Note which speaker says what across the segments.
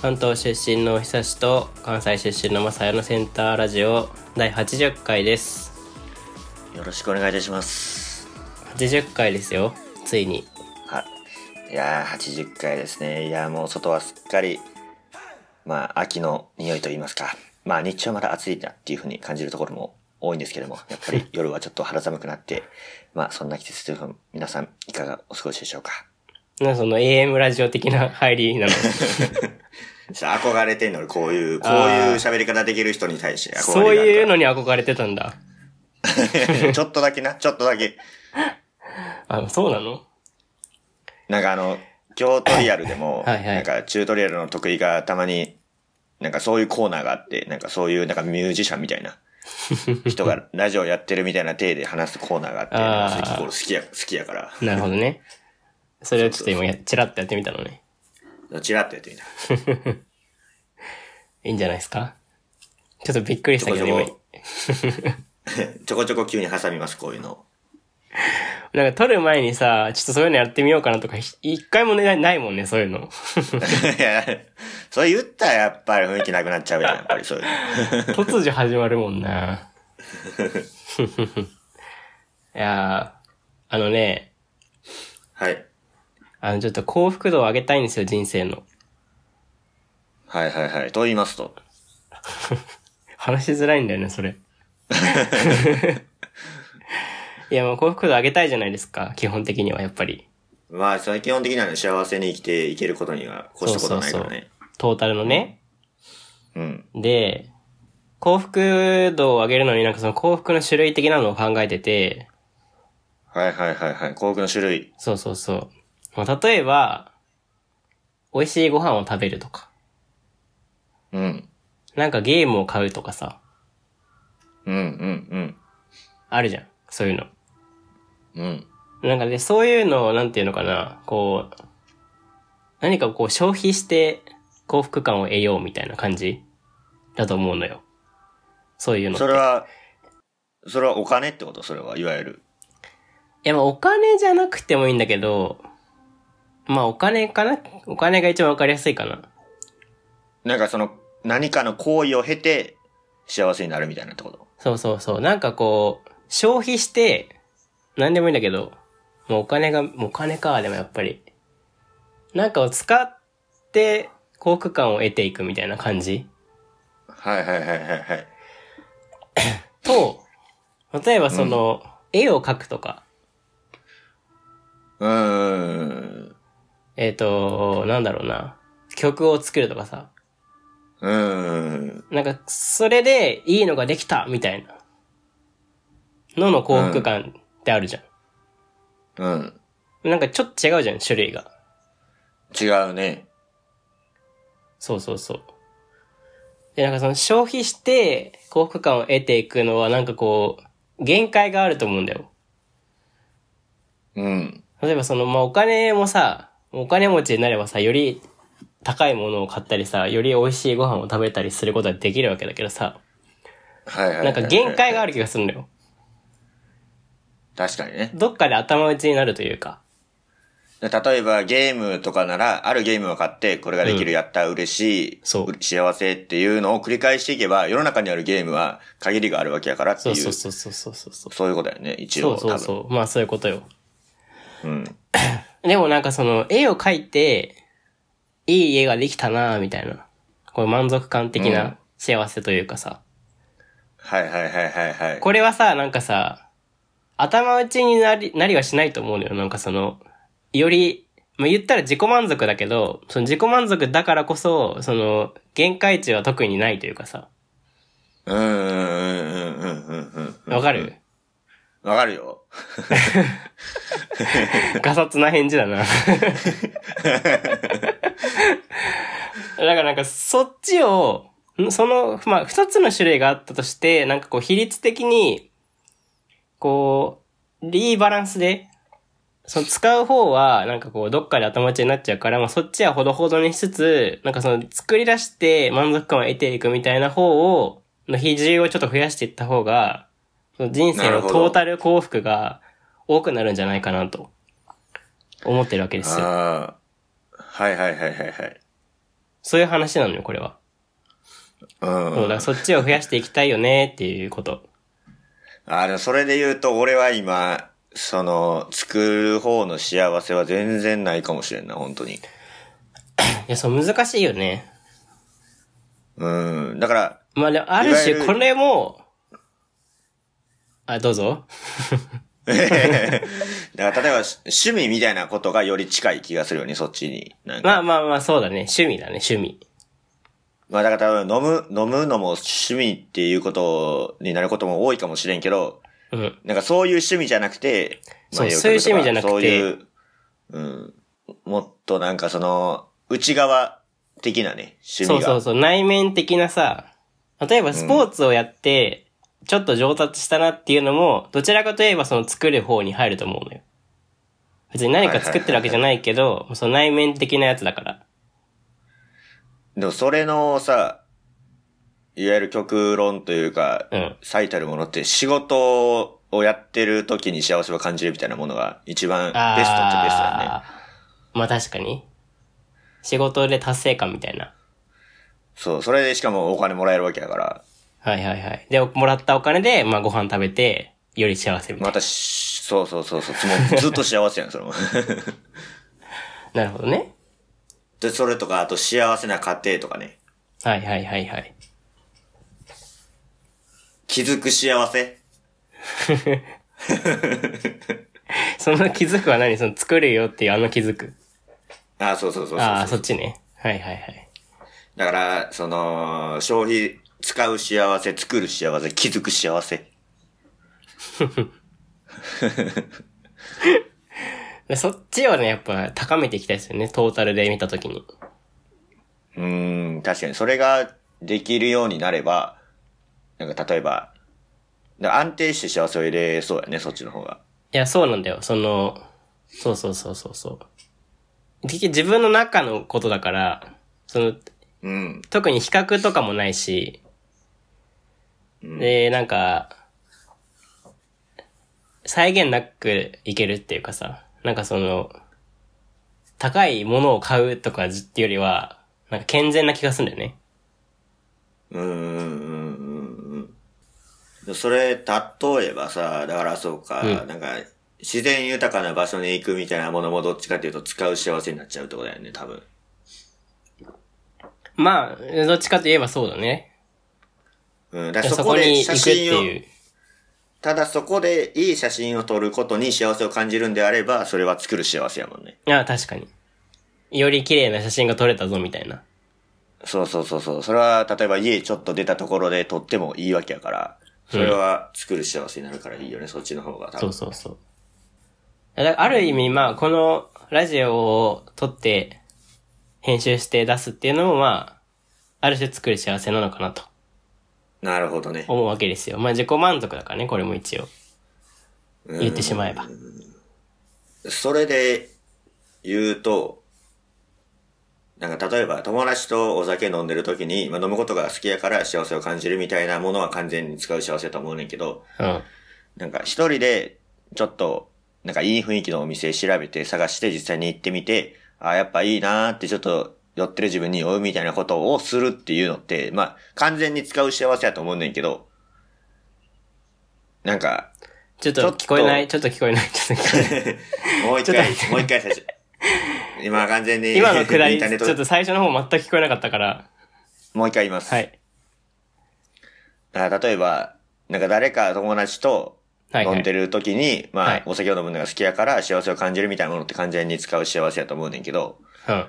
Speaker 1: 関東出身の久志と関西出身の正代のセンターラジオ第80回です
Speaker 2: よろしくお願いいたします。
Speaker 1: 80回ですよついに
Speaker 2: はい。いやー、80回ですね。いやー、もう外はすっかり、まあ、秋の匂いと言いますか。まあ、日中はまだ暑いなっていうふうに感じるところも多いんですけども、やっぱ り夜はちょっと肌寒くなって、まあ、そんな季節というか、皆さんいかがお過ごしでしょうか。
Speaker 1: なその AM ラジオ的な 入りなの
Speaker 2: ちょっと憧れてんの、こういう、こう
Speaker 1: あ
Speaker 2: いう
Speaker 1: ー
Speaker 2: 喋り方できる人に対して憧
Speaker 1: そう
Speaker 2: れがあるから。
Speaker 1: いうのに憧れてたんだ
Speaker 2: ちょっとだけな、ちょっとだけ。
Speaker 1: あそうなの
Speaker 2: なんかあの、今日トリアルでも、
Speaker 1: はいはい
Speaker 2: なんかチュートリアルの得意がたまに、なんかそういうコーナーがあって、なんかそういうなんかミュージシャンみた いな人がラジオやってるみたいな体で話すコーナーがあって、
Speaker 1: あー
Speaker 2: なんかそれ結構好きや、好きやから、
Speaker 1: なるほどねそれをちょっと今やチラッとやってみたのね
Speaker 2: チラッとやってみた。
Speaker 1: いいんじゃないですかちょっとびっくりし
Speaker 2: ち
Speaker 1: た
Speaker 2: ょ
Speaker 1: け
Speaker 2: こ
Speaker 1: ど
Speaker 2: ち
Speaker 1: 今
Speaker 2: ょこ、 ちょこちょこ急に挟みます、こういうの。
Speaker 1: なんか撮る前にさちょっとそういうのやってみようかなとかひ一回もねないもんねそういうの
Speaker 2: いやそれ言ったらやっぱり雰囲気なくなっちゃうやん、やっぱりそういうの。
Speaker 1: 突如始まるもんな。いやーあのね、
Speaker 2: はい。
Speaker 1: あのちょっと幸福度を上げたいんですよ、人生の。
Speaker 2: はいはいはい。と言いますと。
Speaker 1: 話しづらいんだよね、それ。いや、もう幸福度上げたいじゃないですか、基本的には、やっぱり。
Speaker 2: まあ、それ基本的にはね、幸せに生きていけることには越したことはないからね。
Speaker 1: トータルのね。
Speaker 2: うん。
Speaker 1: で、幸福度を上げるのになんかその幸福の種類的なのを考えてて、
Speaker 2: はいはいはいはい。幸福の種類。
Speaker 1: そうそうそう。まあ例えば、美味しいご飯を食べるとか。
Speaker 2: うん。
Speaker 1: なんかゲームを買うとかさ、
Speaker 2: うんうん
Speaker 1: あるじゃん。そういうの。
Speaker 2: うん。うん。
Speaker 1: なんかね、そういうのを、なんていうのかな、こう、何かこう消費して幸福感を得ようみたいな感じだと思うのよ。そういうのって。
Speaker 2: それ
Speaker 1: い
Speaker 2: は、それはお金ってことそれは、いわゆる。
Speaker 1: や、まあお金じゃなくてもいいんだけど、まあお金かなお金が一番わかりやすいかな。
Speaker 2: なんかその、何かの行為を経て、幸せになるみたいなってこと
Speaker 1: そうそうそう。なんかこう、消費して、何でもいいんだけど、もうお金が、もうお金か、でもやっぱり。なんかを使って幸福感を得ていくみたいな感じ
Speaker 2: はいはいはいはいはい。
Speaker 1: と、例えばその、絵を描くとか、
Speaker 2: うーん。
Speaker 1: えっ、と、なんだろうな、曲を作るとかさ、
Speaker 2: うーん。
Speaker 1: なんか、それでいいのができたみたいな、のの幸福感ってあるじゃん。
Speaker 2: うん。
Speaker 1: なんかちょっと違うじゃん、種類が。
Speaker 2: 違うね。
Speaker 1: そうそうそう。で、なんかその消費して幸福感を得ていくのはなんかこう、限界があると思うんだよ。
Speaker 2: うん。
Speaker 1: 例えばその、まあ、お金もさ、お金持ちになればさ、より高いものを買ったりさ、より美味しいご飯を食べたりすることはできるわけだけどさ、
Speaker 2: はいはいはいはい、
Speaker 1: なんか限界があ
Speaker 2: る。
Speaker 1: る気がするんだよ。
Speaker 2: 確かにね。
Speaker 1: どっかで頭打ちになるというか。
Speaker 2: で例えばゲームとかなら、あるゲームを買って、これができる、やったら嬉しい、
Speaker 1: そう
Speaker 2: れ幸せっていうのを繰り返していけば、世の中にあるゲームは限りがあるわけやからって
Speaker 1: そ
Speaker 2: いうう、
Speaker 1: そうそうそうそうそうそう。
Speaker 2: そういうことだよね、一
Speaker 1: そ
Speaker 2: 応。
Speaker 1: うそうそう。まあそういうことよ。
Speaker 2: 多分うん。
Speaker 1: でもなんかその、絵を描いて、いい絵ができたなぁみたいな。これ満足感的
Speaker 2: うん
Speaker 1: な幸せというかさ。
Speaker 2: はいはいはいはいはい。
Speaker 1: これはさ、なんかさ、頭打ちになり、なりはしないと思うのよ。なんかその、より、まあ、言ったら自己満足だけど、その自己満足だからこそ、その、限界値は特にないというかさ。
Speaker 2: うんうんうんうんうんうんうん。
Speaker 1: わかる、
Speaker 2: わかるよ。
Speaker 1: ガサツな返事だな。だからなんか、そっちを、んその、まあ、二つの種類があったとして、なんかこう、比率的に、こう、リーバランスで、その使う方は、なんかこう、どっかで頭打ちになっちゃうから、まあ、そっちはほどほどにしつつ、なんかその、作り出して満足感を得ていくみたいな方を、の比重をちょっと増やしていった方が、その人生
Speaker 2: なる
Speaker 1: の
Speaker 2: ほど
Speaker 1: トータル幸福が多くなるんじゃないかなと、思ってるわけですよ。
Speaker 2: ああ。はいはいはいはいはい。
Speaker 1: そういう話なのよ、これは。
Speaker 2: うん。
Speaker 1: そうだからそっちを増やしていきたいよねっていうこと。
Speaker 2: あの、それで言うと、俺は今、その、作る方の幸せは全然ないかもしれんな、本当に。
Speaker 1: いや、そう難しいよね。
Speaker 2: うん。だから、
Speaker 1: まあでも、ある
Speaker 2: いわゆ
Speaker 1: 種
Speaker 2: る
Speaker 1: これも、あ、どうぞ。
Speaker 2: だから例えばし趣味みたいなことがより近い気がするよね、そっちに。なんか
Speaker 1: まあまあまあ、そうだね。趣味だね、趣味。
Speaker 2: まあだから多分飲む、飲むのも趣味っていうことになることも多いかもしれんけど、
Speaker 1: うん。
Speaker 2: なんかそういう趣味じゃなくて、
Speaker 1: そう
Speaker 2: 絵を
Speaker 1: そういう
Speaker 2: 描くと
Speaker 1: 趣
Speaker 2: か
Speaker 1: 味じゃなくて
Speaker 2: そういう、うん。もっとなんかその、内側的なね、趣味
Speaker 1: そう
Speaker 2: が。
Speaker 1: そうそう、内面的なさ、例えばスポーツをやって、ちょっと上達したなっていうのも、どちらかといえばその作る方に入ると思うのよ。別に何か作ってるわけじゃないけど、その内面的なやつだから。
Speaker 2: でもそれのさ、いわゆる極論というか、
Speaker 1: うん。
Speaker 2: 最たるものって仕事をやってる時に幸せを感じるみたいなものが一番ベストってベストだね。
Speaker 1: あーまあ確かに。仕事で達成感みたいな。
Speaker 2: そう、それでしかもお金もらえるわけだから、
Speaker 1: はいはいはい。で、もらったお金で、まあご飯食べて、より幸せみたい
Speaker 2: またし、そうそうそうそう、もう ずっと幸せやん、それも。
Speaker 1: な。なるほどね。
Speaker 2: で、それとか、あと幸せな家庭とかね、
Speaker 1: はいはいはいはい。
Speaker 2: 気づく幸せ
Speaker 1: その気づくは何その作るよっていうあの気づく。
Speaker 2: ああ、そうそうそうそう
Speaker 1: ああ、
Speaker 2: そ
Speaker 1: そうっちね。はいはいはい。
Speaker 2: だから、その、消費、使う幸せ、作る幸せ、気づく幸せ。
Speaker 1: でそっちをね、やっぱ高めていきたいですよね。トータルで見たときに。
Speaker 2: うーん、確かに。それができるようになれば、なんか例えば、だから安定して幸せを入れそうやね、そっちの方が。
Speaker 1: いや、そうなんだよ。その、そうそうそうそうそう。結局自分の中のことだから、その、
Speaker 2: うん。
Speaker 1: 特に比較とかもないし、で、なんか、再現なくいけるっていうかさ、なんかその、高いものを買うとかじってよりは、なんか健全な気がするんだよね。
Speaker 2: うん、うん、うんうん、うん。それ、例えばさ、だからそうか、
Speaker 1: うん
Speaker 2: なんか、自然豊かな場所に行くみたいなものもどっちかっていうと使う幸せになっちゃうってことだよね、多分。
Speaker 1: まあ、どっちかといえばそうだね。
Speaker 2: うん。だ
Speaker 1: いや
Speaker 2: から
Speaker 1: そ
Speaker 2: そこ
Speaker 1: こに
Speaker 2: で
Speaker 1: 行く
Speaker 2: 写
Speaker 1: って
Speaker 2: 真を、
Speaker 1: いう。
Speaker 2: ただそこでいい写真を撮ることに幸せを感じるんであれば、それは作る幸せやもんね。
Speaker 1: ああ、確かに。より綺麗な写真が撮れたぞ、みたいな。
Speaker 2: そうそうそうそう。それは、例えば家ちょっと出たところで撮ってもいいわけやから、それは作る幸せになるからいいよね、そっちの方が
Speaker 1: そ
Speaker 2: 多分
Speaker 1: う。そうそう。だからある意味、まあ、このラジオを撮って、編集して出すっていうのも、まあ、ある種作る幸せなのかなと
Speaker 2: なるほどね。
Speaker 1: 思うわけですよ。まあ、自己満足だからね、これも一応。言ってしまえば。
Speaker 2: それで言うと、なんか例えば友達とお酒飲んでる時に、まあ、飲むことが好きやから幸せを感じるみたいなものは完全に使う幸せと思うねんけど、
Speaker 1: うん。
Speaker 2: なんか一人でちょっとなんかいい雰囲気のお店調べて探して実際に行ってみて、ああ、やっぱいいなーってちょっと寄ってる自分に酔うみたいなことをするっていうのって、まあ完全に使う幸せやと思うねんけど、なんか、
Speaker 1: ちょっ
Speaker 2: ちょ
Speaker 1: と
Speaker 2: っと
Speaker 1: 聞こえない、ちょっと聞こえない、ちょっと聞 こえない。
Speaker 2: もう一
Speaker 1: ちょっと待
Speaker 2: 回
Speaker 1: っ、て
Speaker 2: もう一回最初。今完全に
Speaker 1: 今のくだり、
Speaker 2: インターネッ
Speaker 1: ち
Speaker 2: ト
Speaker 1: ょっと最初の方全く聞こえなかったから。
Speaker 2: もう一回言います。
Speaker 1: はい。
Speaker 2: あ例えば、なんか誰か友達と
Speaker 1: はい、は
Speaker 2: 飲ん
Speaker 1: い
Speaker 2: で。る時に、まあ、
Speaker 1: はい
Speaker 2: お酒を飲むのが好きやから幸せを感じるみたいなものって完全に使う幸せやと思うねんけど、
Speaker 1: うん。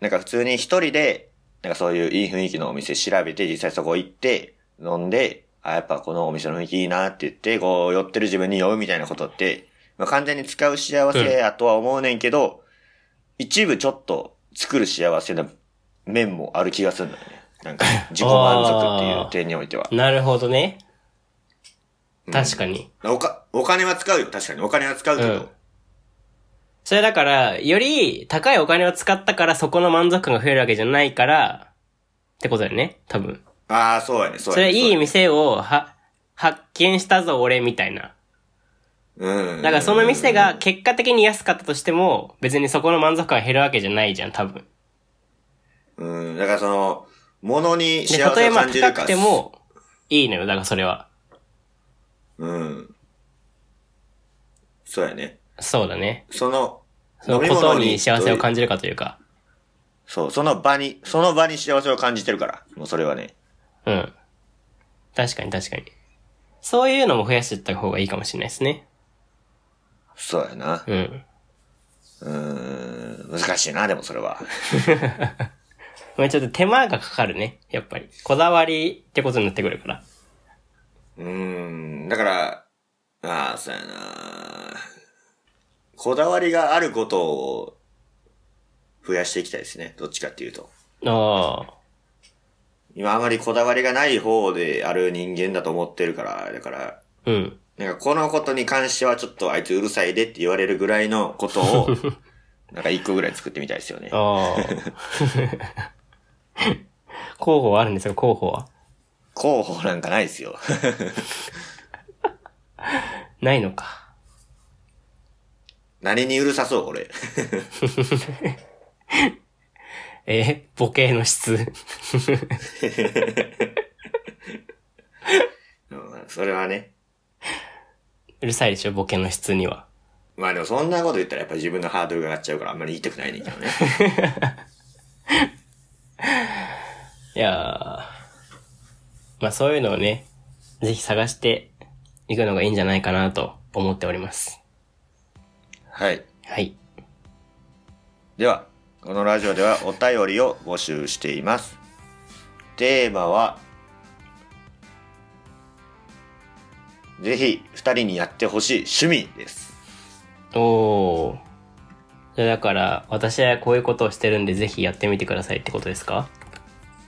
Speaker 2: なんか普通に一人で、なんかそういういい雰囲気のお店調べて、実際そこ行って、飲んで、あ、やっぱこのお店の雰囲気いいなって言って、こう、寄ってる自分に酔うみたいなことって、まあ、完全に使う幸せやとは思うねんけど、一部ちょっと作る幸せな面もある気がするんだよね。なんか、自己満足っていう点においては。
Speaker 1: なるほどね。 確かに。
Speaker 2: おか、お金は使うよ、確かに。お金は使うけど。
Speaker 1: うんそれだから、より高いお金を使ったからそこの満足感が増えるわけじゃないから、ってことだよね、多分。
Speaker 2: ああ、そうやね、そう
Speaker 1: そ
Speaker 2: やね。
Speaker 1: れいい
Speaker 2: 味。
Speaker 1: 店をは発見したぞ、俺、みたいな。
Speaker 2: うん。
Speaker 1: だからその店が結果的に安かったとしても、別にそこの満足感が減るわけじゃないじゃん、多分。
Speaker 2: ううん、だからその、ものに
Speaker 1: で、
Speaker 2: 幸
Speaker 1: たと
Speaker 2: せ
Speaker 1: え
Speaker 2: を
Speaker 1: まあ
Speaker 2: 感じる
Speaker 1: 高
Speaker 2: か。
Speaker 1: くても、いいのよ、だからそれは。
Speaker 2: うん。そうやね。
Speaker 1: そうだね。
Speaker 2: その、
Speaker 1: その
Speaker 2: 飲み
Speaker 1: こ
Speaker 2: 物
Speaker 1: と
Speaker 2: に
Speaker 1: に幸せを感じ
Speaker 2: じ
Speaker 1: るかというか。
Speaker 2: そう、その場に、その場に幸せを感じてるから。もうそれはね。
Speaker 1: うん。確かに確かに。そういうのも増やしていった方がいいかもしれないですね。
Speaker 2: そうやな。
Speaker 1: うん。
Speaker 2: うーん、難しいな、でもそれは。
Speaker 1: まあちょっと手間がかかるね。やっぱり。こだわりってことになってくるから。
Speaker 2: うーん、だから、ああ、そうやな。こだわりがあることを増やしていきたいですね。どっちかっていうと。
Speaker 1: ああ。
Speaker 2: 今あまりこだわりがない方である人間だと思ってるから、だから、
Speaker 1: うん。
Speaker 2: なんかこのことに関してはちょっとあいつうるさいでって言われるぐらいのことを、なんか一個ぐらい作ってみたいですよね。
Speaker 1: ああ。 候補はあるんですよ、候補は。
Speaker 2: 候補なんかないですよ。
Speaker 1: ないのか。
Speaker 2: 何にうるさそう、俺。
Speaker 1: えー、ボケの質。
Speaker 2: うんそれはね。
Speaker 1: うるさいでしょ、ボケの質には。
Speaker 2: まあでもそんなこと言ったらやっぱり自分のハードルが上がっちゃうからあんまり言いたくないねんけどね。
Speaker 1: いやーまあそういうのをね、ぜひ探していくのがいいんじゃないかなと思っております。
Speaker 2: はい。
Speaker 1: はい。
Speaker 2: では、このラジオではお便りを募集しています。テーマは、ぜひ二人にやってほしい趣味です。
Speaker 1: おー。じゃあだから、私はこういうことをしてるんで、ぜひやってみてくださいってことですか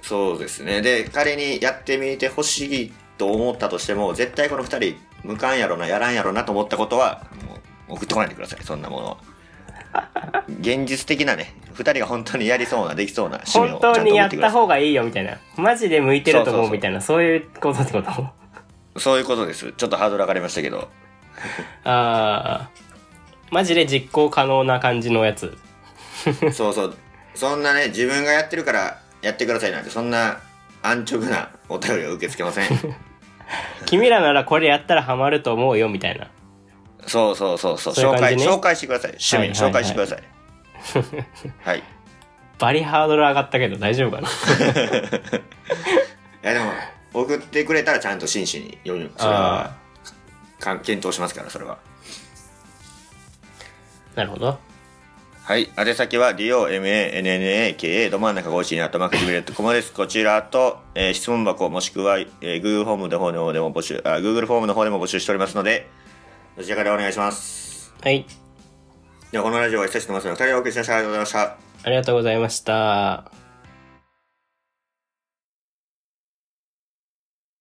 Speaker 2: そうですね。で、彼にやってみてほしいと思ったとしても、絶対この二人、無関やろな、やらんやろなと思ったことは、もう送ってこないでください、そんな ものは。現実的なね、二人が本当にやりそうな、できそうな趣味
Speaker 1: 本
Speaker 2: をちゃんと
Speaker 1: 当に
Speaker 2: 送
Speaker 1: や
Speaker 2: っ
Speaker 1: って
Speaker 2: くだ
Speaker 1: た
Speaker 2: さい。
Speaker 1: 方がいいよみたいな。マジで向いてると
Speaker 2: そうそう
Speaker 1: 思
Speaker 2: そうう
Speaker 1: みたいな、そういうことってこと あ
Speaker 2: そういうことです。ちょっとハードル上がりました けど。
Speaker 1: あー。マジで実行可能な感じのやつ。
Speaker 2: そうそう。そんなね、自分がやってるからやってくださいなんて、そんな安直なお便りは受け付けま せん。
Speaker 1: 君らならこれやったらハマると思うよみたいな。
Speaker 2: そうそうそうそう。
Speaker 1: そういう
Speaker 2: 紹
Speaker 1: 感
Speaker 2: 介、
Speaker 1: じね
Speaker 2: 紹介してください。趣味、
Speaker 1: はいはいはい
Speaker 2: 紹介してください。 はい。い
Speaker 1: バリハードル上がったけど大丈夫かな
Speaker 2: や、でも、送ってくれたらちゃんと真摯に読み、それは、か検討しますから、それは。
Speaker 1: なるほど。
Speaker 2: はい。宛先は、DOMANNAKA ど真ん中5 1にあったマークジメレットコモです。こちらと、えー質問箱もしくは、えー Google フォームの方でも募集、あ、Google フォームの方でも募集しておりますので、どちらからお願いします。
Speaker 1: はい。
Speaker 2: ではこのラジオは久しぶりのお二人をお送りしました。ありがとうございました。
Speaker 1: ありがとうございました。